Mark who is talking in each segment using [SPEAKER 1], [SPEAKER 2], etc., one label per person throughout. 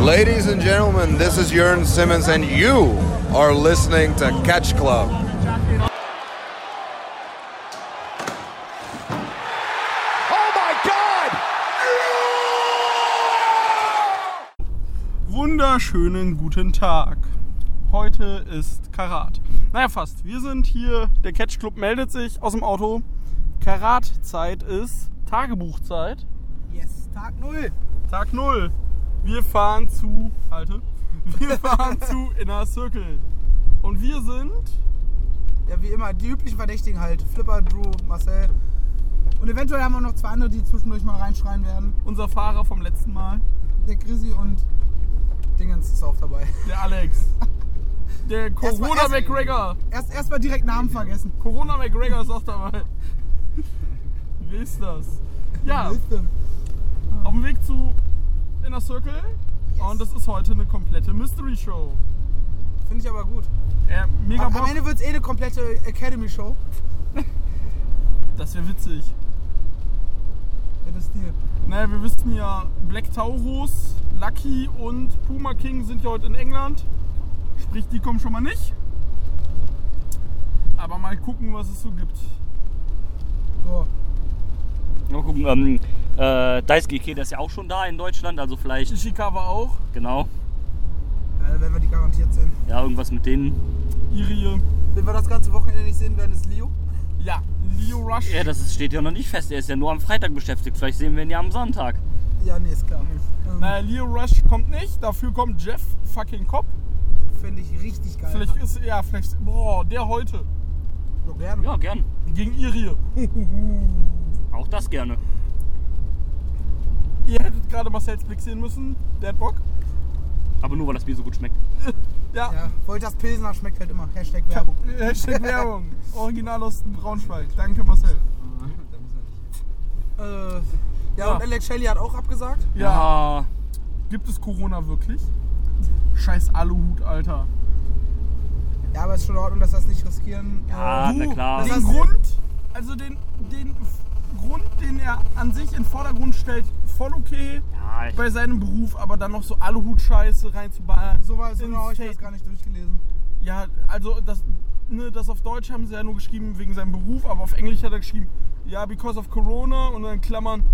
[SPEAKER 1] Ladies and gentlemen, this is Jörn Simmons, and you are listening to Catch Club.
[SPEAKER 2] Oh my God!
[SPEAKER 3] Wunderschönen guten Tag. Heute ist Karat. Naja, fast. Wir sind hier, der Catch Club meldet sich aus dem Auto. Karatzeit ist Tagebuchzeit.
[SPEAKER 4] Yes, Tag Null.
[SPEAKER 3] Tag null. Wir fahren zu. Halte. Wir fahren zu Inner Circle. Und wir sind.
[SPEAKER 4] Ja, wie immer, die üblichen Verdächtigen halt. Flipper, Drew, Marcel. Und eventuell haben wir noch zwei andere, die zwischendurch mal reinschreien werden.
[SPEAKER 3] Unser Fahrer vom letzten Mal,
[SPEAKER 4] Der Grisi und Dingens ist auch dabei.
[SPEAKER 3] der Alex. Der
[SPEAKER 4] Erstmal-
[SPEAKER 3] Corona
[SPEAKER 4] erst-
[SPEAKER 3] McGregor.
[SPEAKER 4] Erst erstmal direkt Namen vergessen.
[SPEAKER 3] Corona McGregor ist auch dabei. Wie ist das? Ja,
[SPEAKER 4] Hilfe.
[SPEAKER 3] auf dem Weg zu Inner Circle. Und das ist heute eine komplette Mystery Show.
[SPEAKER 4] Finde ich aber gut.
[SPEAKER 3] Äh, mega
[SPEAKER 4] Am am
[SPEAKER 3] Bock.
[SPEAKER 4] Ende wird es eh eine komplette Academy-Show.
[SPEAKER 3] Das wäre witzig.
[SPEAKER 4] Ja, das Stil.
[SPEAKER 3] Naja, wir wissen ja, Black Taurus, Lucky und Puma King sind ja heute in England. Sprich, die kommen schon mal nicht. Aber mal gucken, was es so gibt.
[SPEAKER 4] So.
[SPEAKER 5] Mal gucken, ähm, äh, Daisuke Ikeda ist ja auch schon da in Deutschland, also vielleicht,
[SPEAKER 3] Ishikawa auch,
[SPEAKER 5] genau,
[SPEAKER 4] Ja, da werden wir die garantiert sehen.
[SPEAKER 5] ja, irgendwas mit denen.
[SPEAKER 3] Irie.
[SPEAKER 4] Wenn wir das ganze Wochenende nicht sehen werden, ist Leo.
[SPEAKER 3] Ja, Leo Rush.
[SPEAKER 5] Ja, das ist, steht ja noch nicht fest, er ist ja nur am Freitag beschäftigt, vielleicht sehen wir ihn ja am Sonntag.
[SPEAKER 4] Ja, nee, ist klar. Ähm,
[SPEAKER 3] Naja, Leo Rush kommt nicht, dafür kommt Jeff fucking Cobb.
[SPEAKER 4] Finde ich richtig geil.
[SPEAKER 3] Vielleicht ist, ja, vielleicht, boah, der heute.
[SPEAKER 4] Doch, gerne.
[SPEAKER 5] Ja, gern.
[SPEAKER 3] Gegen Irie.
[SPEAKER 5] Auch das gerne.
[SPEAKER 3] Ihr hättet gerade Marcells Blick sehen müssen. Der hat Bock.
[SPEAKER 5] Aber nur, weil das Bier so gut schmeckt.
[SPEAKER 3] Ja.
[SPEAKER 4] Ja, Wolters Pilsner schmeckt halt immer. Hashtag Werbung.
[SPEAKER 3] Hashtag Werbung. Original aus Braunschweig. Danke, Marcel.
[SPEAKER 4] Äh, ja,
[SPEAKER 3] Ja.
[SPEAKER 4] und Alex Shelley hat auch abgesagt.
[SPEAKER 3] Ja.
[SPEAKER 5] Ja.
[SPEAKER 3] Gibt es Corona wirklich? Scheiß Aluhut, Alter.
[SPEAKER 4] Ja, aber ist schon in Ordnung, dass wir das nicht riskieren.
[SPEAKER 5] Ja,
[SPEAKER 4] Äh,
[SPEAKER 5] na klar.
[SPEAKER 4] das
[SPEAKER 3] Den
[SPEAKER 4] ist-
[SPEAKER 3] Grund, also den, den F- Grund, den er an sich in den Vordergrund stellt, voll okay
[SPEAKER 5] Ja, ich,
[SPEAKER 3] bei seinem Beruf, aber dann noch so Aluhut-Scheiße reinzuballern.
[SPEAKER 4] so war so
[SPEAKER 3] In
[SPEAKER 4] genau, hab ich das
[SPEAKER 3] Staten-
[SPEAKER 4] gar nicht durchgelesen.
[SPEAKER 3] Ja, also das, ne, das auf Deutsch haben sie ja nur geschrieben wegen seinem Beruf, aber auf Englisch hat er geschrieben, ja, because of Corona und dann Klammern,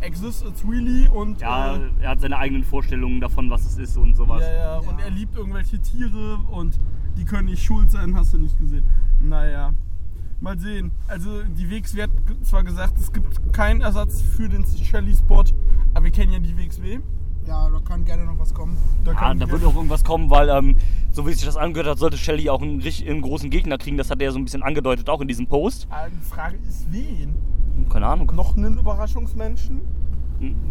[SPEAKER 3] exists, it's really und.
[SPEAKER 5] ja,
[SPEAKER 3] äh,
[SPEAKER 5] er hat seine eigenen Vorstellungen davon, was es ist und sowas.
[SPEAKER 3] Ja, ja, und er liebt irgendwelche Tiere und die können nicht schuld sein, hast du nicht gesehen. Naja, mal sehen. Also, die WXW hat ge- zwar gesagt, es gibt keinen Ersatz für den Shelly-Spot, aber wir kennen ja die WXW.
[SPEAKER 4] Ja, da kann gerne noch was kommen.
[SPEAKER 3] Da,
[SPEAKER 5] Ah,
[SPEAKER 3] kann
[SPEAKER 5] da
[SPEAKER 3] wir-
[SPEAKER 5] wird auch irgendwas kommen, weil, ähm, so wie sich das angehört hat, sollte Shelly auch einen, richtig- einen großen Gegner kriegen. Das hat er ja so ein bisschen angedeutet, auch in diesem Post.
[SPEAKER 3] Ah, Die Frage ist, wen?
[SPEAKER 5] Keine Ahnung.
[SPEAKER 3] Noch einen Überraschungsmenschen?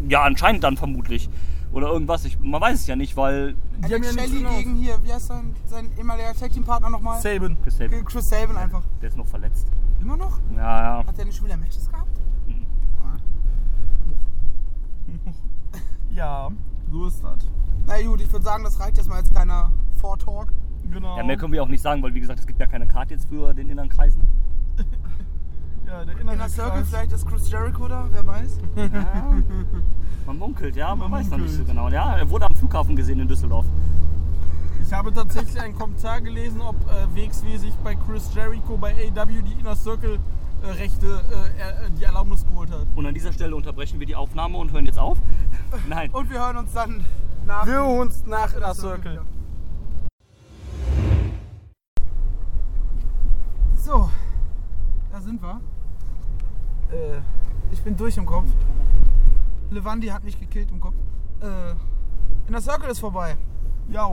[SPEAKER 5] Ja, anscheinend dann vermutlich. Oder irgendwas. Ich, man weiß es ja nicht,
[SPEAKER 3] Die
[SPEAKER 5] weil.
[SPEAKER 3] haben
[SPEAKER 4] Alex
[SPEAKER 3] ja nichts
[SPEAKER 4] Shelley
[SPEAKER 3] hinaus.
[SPEAKER 4] gegen hier, wie heißt sein, sein ehemaliger Tag Team Partner nochmal?
[SPEAKER 3] Saban.
[SPEAKER 5] Chris Sabin,
[SPEAKER 4] Gegen Chris Sabin einfach.
[SPEAKER 5] der ist noch verletzt.
[SPEAKER 4] Immer noch?
[SPEAKER 5] Ja, ja.
[SPEAKER 4] Hat der nicht schon wieder Matches gehabt?
[SPEAKER 3] Ja, so ist das.
[SPEAKER 4] Na gut, ich würde sagen, das reicht jetzt mal als kleiner Vortalk.
[SPEAKER 3] Genau.
[SPEAKER 5] Ja, mehr können wir auch nicht sagen, weil wie gesagt, es gibt ja keine Karte jetzt für den inneren Kreisen.
[SPEAKER 3] Ja, der
[SPEAKER 4] In
[SPEAKER 3] innere
[SPEAKER 4] der Circle
[SPEAKER 3] Kreis.
[SPEAKER 4] vielleicht ist Chris Jericho da, wer weiß.
[SPEAKER 5] Ja. Man munkelt, ja, man,
[SPEAKER 3] Man
[SPEAKER 5] weiß noch nicht so
[SPEAKER 3] munkelt.
[SPEAKER 5] genau. Ja, er wurde am Flughafen gesehen in Düsseldorf.
[SPEAKER 3] Ich habe tatsächlich einen Kommentar gelesen, ob äh, WXW sich bei Chris Jericho bei AW die Inner Circle äh, Rechte äh, er, äh, die Erlaubnis geholt hat.
[SPEAKER 5] Und an dieser Stelle unterbrechen wir die Aufnahme und hören jetzt auf. Nein.
[SPEAKER 4] Und wir hören uns dann nach.
[SPEAKER 3] Wir holen uns nach Inner
[SPEAKER 4] Circle.
[SPEAKER 3] Circle.
[SPEAKER 4] So, da sind wir. Äh, ich bin durch im Kopf. Levandi hat mich gekillt im Kopf. Äh, in der Circle ist vorbei.
[SPEAKER 3] Ja,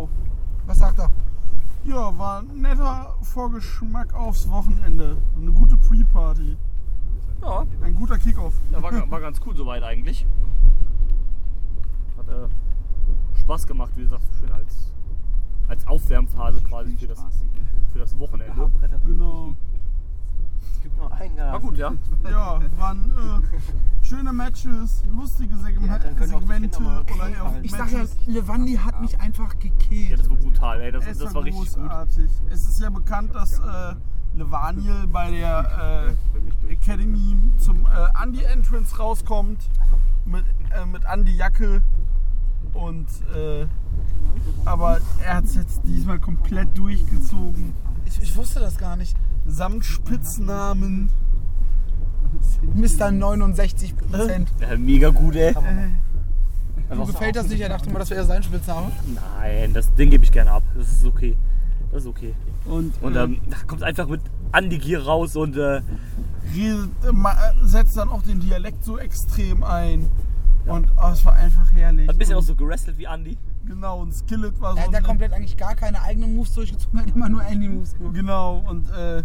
[SPEAKER 4] Was sagt er?
[SPEAKER 3] ja, war ein netter Vorgeschmack aufs Wochenende. Eine gute Pre-Party.
[SPEAKER 5] Ja,
[SPEAKER 3] Ein guter Kickoff.
[SPEAKER 5] ja, war, war ganz cool soweit eigentlich. Hat äh, Spaß gemacht, wie gesagt, so schön als, als Aufwärmphase quasi für das, für das Wochenende.
[SPEAKER 3] Genau.
[SPEAKER 5] War gut, ja.
[SPEAKER 3] Ja, waren äh, schöne Matches, lustige Segment Segmente oder ja, auch
[SPEAKER 4] Ich
[SPEAKER 3] Matches.
[SPEAKER 4] sage ja, Levandi hat mich einfach gekillt.
[SPEAKER 5] Ja, das war brutal, ey. Das,
[SPEAKER 3] Es
[SPEAKER 5] das war richtig gut.
[SPEAKER 3] großartig. Es ist ja bekannt, dass äh, Levaniel bei der äh, Academy zum äh, Andy Entrance rauskommt mit, äh, mit Andy Jacke Und, äh, aber er hat es jetzt diesmal komplett durchgezogen.
[SPEAKER 4] Ich, ich wusste das gar nicht.
[SPEAKER 3] Samt Spitznamen.
[SPEAKER 4] Mr. 69 Prozent.
[SPEAKER 5] Ja, mega gut, ey.
[SPEAKER 4] Mir
[SPEAKER 5] Einfach so-
[SPEAKER 4] gefällt das nicht. Er dachte mal, das wäre sein Spitzname.
[SPEAKER 5] Nein, das Ding gebe ich gerne ab. Das ist okay. Das ist okay.
[SPEAKER 3] Und,
[SPEAKER 5] Und
[SPEAKER 3] äh,
[SPEAKER 5] ähm, da kommt einfach mit Andy Gier raus und äh,
[SPEAKER 3] redet, äh, ma- äh, setzt dann auch den Dialekt so extrem ein. Und oh, es war einfach herrlich.
[SPEAKER 5] hat ein bisschen
[SPEAKER 3] und,
[SPEAKER 5] auch so gerestelt wie Andy.
[SPEAKER 3] Genau, und Skillet war so.
[SPEAKER 4] Er hat da
[SPEAKER 3] ein-
[SPEAKER 4] komplett eigentlich gar keine eigenen Moves durchgezogen, hat immer nur Andy-Moves gemacht.
[SPEAKER 3] Genau, und äh,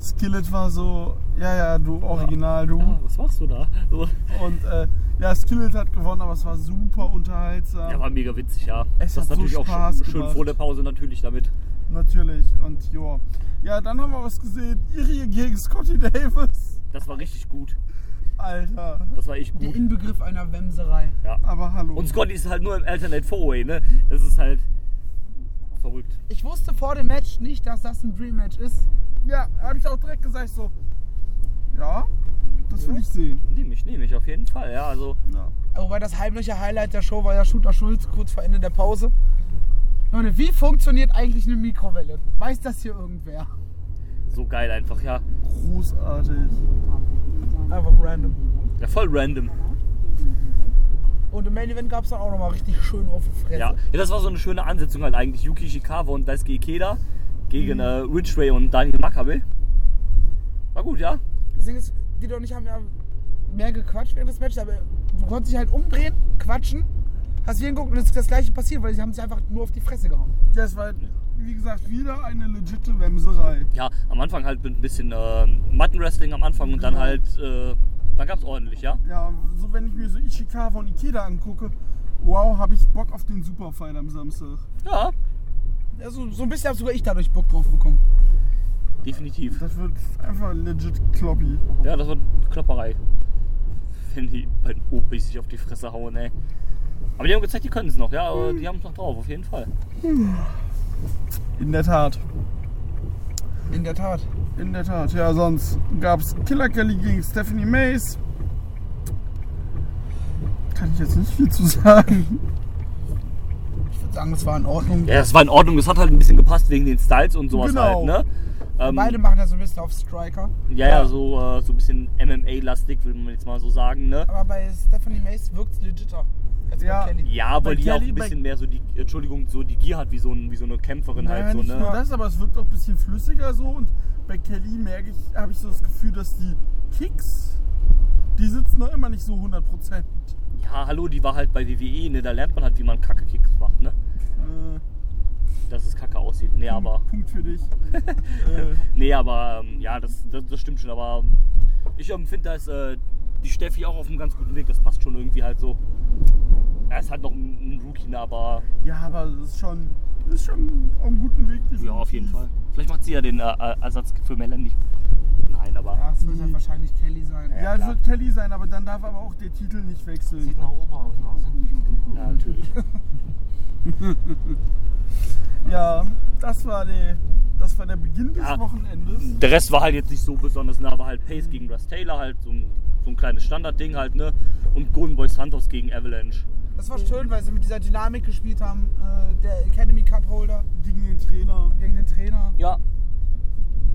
[SPEAKER 3] Skillet war so, ja, ja, du Original, du.
[SPEAKER 5] Ah, was machst du da? So.
[SPEAKER 3] Und äh, ja, Skillet hat gewonnen, aber es war super unterhaltsam.
[SPEAKER 5] Ja, war mega witzig, ja.
[SPEAKER 3] Es
[SPEAKER 5] das
[SPEAKER 3] hat
[SPEAKER 5] ist
[SPEAKER 3] so
[SPEAKER 5] natürlich auch
[SPEAKER 3] Spaß
[SPEAKER 5] schön, schön
[SPEAKER 3] gemacht.
[SPEAKER 5] vor der Pause natürlich damit.
[SPEAKER 3] Natürlich, und ja. Ja, dann haben wir was gesehen. Irie gegen Scotty Davis.
[SPEAKER 5] Das war richtig gut.
[SPEAKER 3] Alter.
[SPEAKER 5] Das war echt
[SPEAKER 4] Der
[SPEAKER 5] gut.
[SPEAKER 4] Inbegriff einer Wemserei.
[SPEAKER 3] Aber hallo.
[SPEAKER 5] Und Scotty ist halt nur im Alternate Fourway, ne? Das ist halt verrückt.
[SPEAKER 4] Ich wusste vor dem Match nicht, dass das ein Dream Match ist.
[SPEAKER 3] ja, habe ich auch direkt gesagt, so. Ja, das will ich sehen.
[SPEAKER 5] Nehme ich, nehme ich auf jeden Fall. Ja, also
[SPEAKER 3] Ja.
[SPEAKER 4] Wobei das heimliche Highlight der Show war ja Shooter Schulz kurz vor Ende der Pause. Leute, wie funktioniert eigentlich eine Mikrowelle? Weiß das hier irgendwer?
[SPEAKER 5] so geil einfach, ja.
[SPEAKER 3] Großartig.
[SPEAKER 4] Einfach random.
[SPEAKER 5] ja voll random.
[SPEAKER 4] Und im Main Event gab es dann auch nochmal richtig schön auf die Fresse.
[SPEAKER 5] Ja. ja, das war so eine schöne Ansetzung halt eigentlich. Yuki Ishikawa und Daisuke Ikeda gegen äh, Rich Ray und Daniel Makabe. War gut, ja?
[SPEAKER 4] Das Ding ist, die doch nicht haben ja mehr gequatscht während des Matches, aber du konntest dich halt umdrehen, quatschen, hast hier hinguckt und es ist das gleiche passiert, weil sie haben sich einfach nur auf die Fresse gehauen.
[SPEAKER 3] Das war, wie gesagt, wieder eine legitime Wemserei.
[SPEAKER 5] Ja, am Anfang halt mit ein bisschen äh, Matten-Wrestling am Anfang und dann halt, äh, dann gab's ordentlich, ja?
[SPEAKER 3] Ja, so wenn ich mir so Ishikawa und Ikeda angucke, wow, habe ich Bock auf den Superfight am Samstag.
[SPEAKER 5] Ja,
[SPEAKER 4] Ja, so, Also, so ein bisschen habe sogar ich dadurch Bock drauf bekommen.
[SPEAKER 5] definitiv.
[SPEAKER 3] Das wird einfach legit kloppy.
[SPEAKER 5] Ja, das war Klopperei. Wenn die beiden Opis sich auf die Fresse hauen, ey. Aber die haben gezeigt, die können es noch, ja? aber Die haben es noch drauf, auf jeden Fall.
[SPEAKER 3] In der Tat.
[SPEAKER 4] In der Tat.
[SPEAKER 3] In der Tat. Ja, sonst gab es Killer Kelly gegen Stephanie Mays. Kann ich jetzt nicht viel zu sagen.
[SPEAKER 4] Ich würde sagen, das war in Ordnung.
[SPEAKER 5] Ja, das war in Ordnung. Das hat halt ein bisschen gepasst wegen den Styles und sowas
[SPEAKER 3] Genau.
[SPEAKER 5] halt, ne? Ähm,
[SPEAKER 4] Beide machen das so ein bisschen auf Striker.
[SPEAKER 5] Ja, ja, so, äh, so ein bisschen MMA-lastig, will man jetzt mal so sagen, ne?
[SPEAKER 4] Aber bei Stephanie Mace wirkt es legitter als
[SPEAKER 3] Ja.
[SPEAKER 4] bei Kelly.
[SPEAKER 5] Ja, weil
[SPEAKER 3] Bei
[SPEAKER 5] die auch
[SPEAKER 3] Kelly-
[SPEAKER 5] ein
[SPEAKER 3] bei-
[SPEAKER 5] bisschen mehr so die, Entschuldigung, so die Gier hat wie so, ein, wie so eine Kämpferin halt, so,
[SPEAKER 3] nicht nur
[SPEAKER 5] ne?
[SPEAKER 3] das, aber es wirkt auch ein bisschen flüssiger so. Und bei Kelly merke ich, habe ich so das Gefühl, dass die Kicks, die sitzen noch immer nicht so 100%. Äh,
[SPEAKER 5] Ja, hallo, die war halt bei WWE, ne? Da lernt man halt, wie man Kacke-Kicks macht, ne? Dass es kacke aussieht. Nee, aber.
[SPEAKER 3] Punkt für dich. äh,
[SPEAKER 5] Nee, aber ähm, ja, das, das, das stimmt schon. Aber ähm, ich empfinde, dass äh, die Steffi auch auf einem ganz guten Weg. Das passt schon irgendwie halt so. Er ist halt noch ein, ein Rookie, ne, aber
[SPEAKER 3] ja, aber es ist schon, ist schon auf einem guten Weg. die sind
[SPEAKER 5] ja, auf jeden
[SPEAKER 3] tief.
[SPEAKER 5] Fall. Vielleicht macht sie ja den äh, Ersatz für Melanie. Nein, aber.
[SPEAKER 4] Ja, es wird
[SPEAKER 3] Nee.
[SPEAKER 4] dann wahrscheinlich Kelly sein.
[SPEAKER 3] Mhm. Ja, das wird Kelly sein, aber dann darf aber auch der Titel nicht wechseln.
[SPEAKER 6] nach Oberhausen aus.
[SPEAKER 5] Ja, natürlich.
[SPEAKER 3] Ja, das war, die, das war der Beginn des
[SPEAKER 5] Ja.
[SPEAKER 3] Wochenendes.
[SPEAKER 5] Der Rest war halt jetzt nicht so besonders, ne? aber halt Pace gegen Russ Taylor, halt so ein, so ein kleines Standardding halt, ne? Und Golden Boy Santos gegen Avalanche.
[SPEAKER 4] Das war schön, weil sie mit dieser Dynamik gespielt haben. Äh, der Academy Cup Holder
[SPEAKER 3] Gegen den Trainer.
[SPEAKER 4] gegen den Trainer.
[SPEAKER 5] Ja,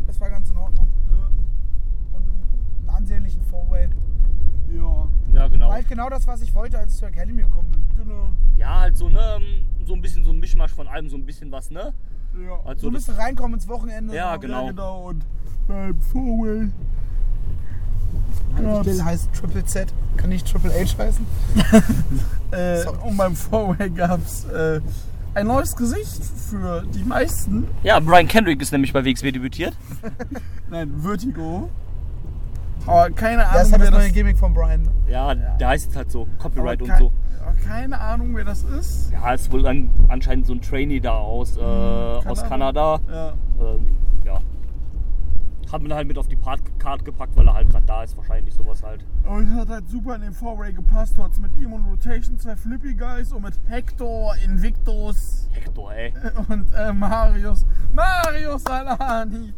[SPEAKER 4] Das war ganz in Ordnung. Und einen ansehnlichen Four-Way.
[SPEAKER 3] Äh, ja,
[SPEAKER 5] ja, genau.
[SPEAKER 4] War halt genau das, was ich wollte, als ich zur Academy gekommen bin.
[SPEAKER 3] genau.
[SPEAKER 5] Ja, halt so, ne? So ein bisschen so ein Mischmasch von allem, so ein bisschen was, ne?
[SPEAKER 3] Ja,
[SPEAKER 5] Halt
[SPEAKER 4] So
[SPEAKER 5] so
[SPEAKER 4] ein
[SPEAKER 5] das,
[SPEAKER 4] bisschen reinkommen ins Wochenende.
[SPEAKER 5] Ja,
[SPEAKER 4] So.
[SPEAKER 5] genau.
[SPEAKER 3] ja genau. Und beim Four-Way. gab's-
[SPEAKER 4] Bill heißt Triple Z. Kann nicht Triple H heißen?
[SPEAKER 3] Äh,
[SPEAKER 4] Sorry.
[SPEAKER 3] und beim Four-Way gab es äh, ein neues Gesicht für die meisten.
[SPEAKER 5] ja, Brian Kendrick ist nämlich bei WXW debütiert.
[SPEAKER 3] Nein, Vertigo. Aber keine Ahnung,
[SPEAKER 4] Das ist halt
[SPEAKER 3] wer
[SPEAKER 4] das neue Gimmick von Brian. Ne?
[SPEAKER 5] Ja, der heißt jetzt halt so,
[SPEAKER 3] aber
[SPEAKER 5] Copyright und
[SPEAKER 3] kei-
[SPEAKER 5] so. Äh,
[SPEAKER 3] aber Keine Ahnung, wer das ist.
[SPEAKER 5] Ja, ist wohl an, anscheinend so ein Trainee da aus, äh, aus Kanada.
[SPEAKER 3] Ja.
[SPEAKER 5] Ähm, ja. Hat man halt mit auf die Part Card gepackt, weil er halt gerade da ist, wahrscheinlich sowas halt.
[SPEAKER 3] Und es hat halt super in den Four-Way gepasst. Du hattest mit ihm und Rotation zwei Flippy Guys und mit Hector, Invictus.
[SPEAKER 5] Hector, ey.
[SPEAKER 3] und äh, Marius. Marius Alani.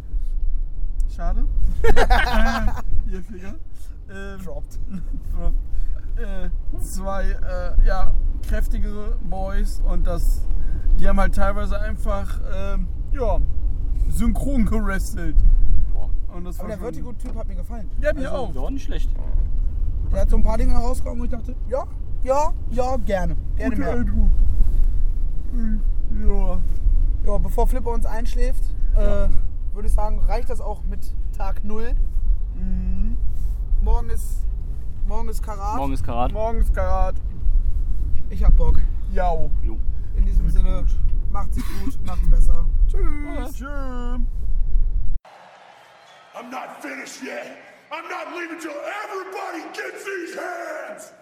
[SPEAKER 3] Schade. äh, ihr Finger. Ähm,
[SPEAKER 4] Dropped.
[SPEAKER 3] äh, zwei, äh, ja, kräftige Boys und das, die haben halt teilweise einfach, ähm, ja, synchron gerestelt.
[SPEAKER 5] Boah.
[SPEAKER 3] Und das war
[SPEAKER 4] Aber der
[SPEAKER 3] schon-
[SPEAKER 4] Vertigo-Typ hat mir gefallen.
[SPEAKER 3] Ja, mir
[SPEAKER 5] Also,
[SPEAKER 3] auch.
[SPEAKER 5] War nicht schlecht.
[SPEAKER 4] Der hat so ein paar Dinge rausgehauen, wo ich dachte, ja, ja, ja, gerne. Gerne
[SPEAKER 3] Gute
[SPEAKER 4] mehr.
[SPEAKER 3] Eindruck. Ja.
[SPEAKER 4] Ja, bevor Flipper uns einschläft, äh, würde ich sagen, reicht das auch mit Tag null.
[SPEAKER 3] Mhm.
[SPEAKER 4] Morgen ist, morgen ist Karat.
[SPEAKER 5] Morgen ist Karat.
[SPEAKER 3] Morgens Karat.
[SPEAKER 4] Ich hab Bock.
[SPEAKER 3] Jau.
[SPEAKER 5] Jo.
[SPEAKER 4] In diesem Sinne, macht's gut, macht's besser.
[SPEAKER 3] Tschüss. Tschüss.
[SPEAKER 2] I'm not finished yet. I'm not leaving till everybody gets these hands.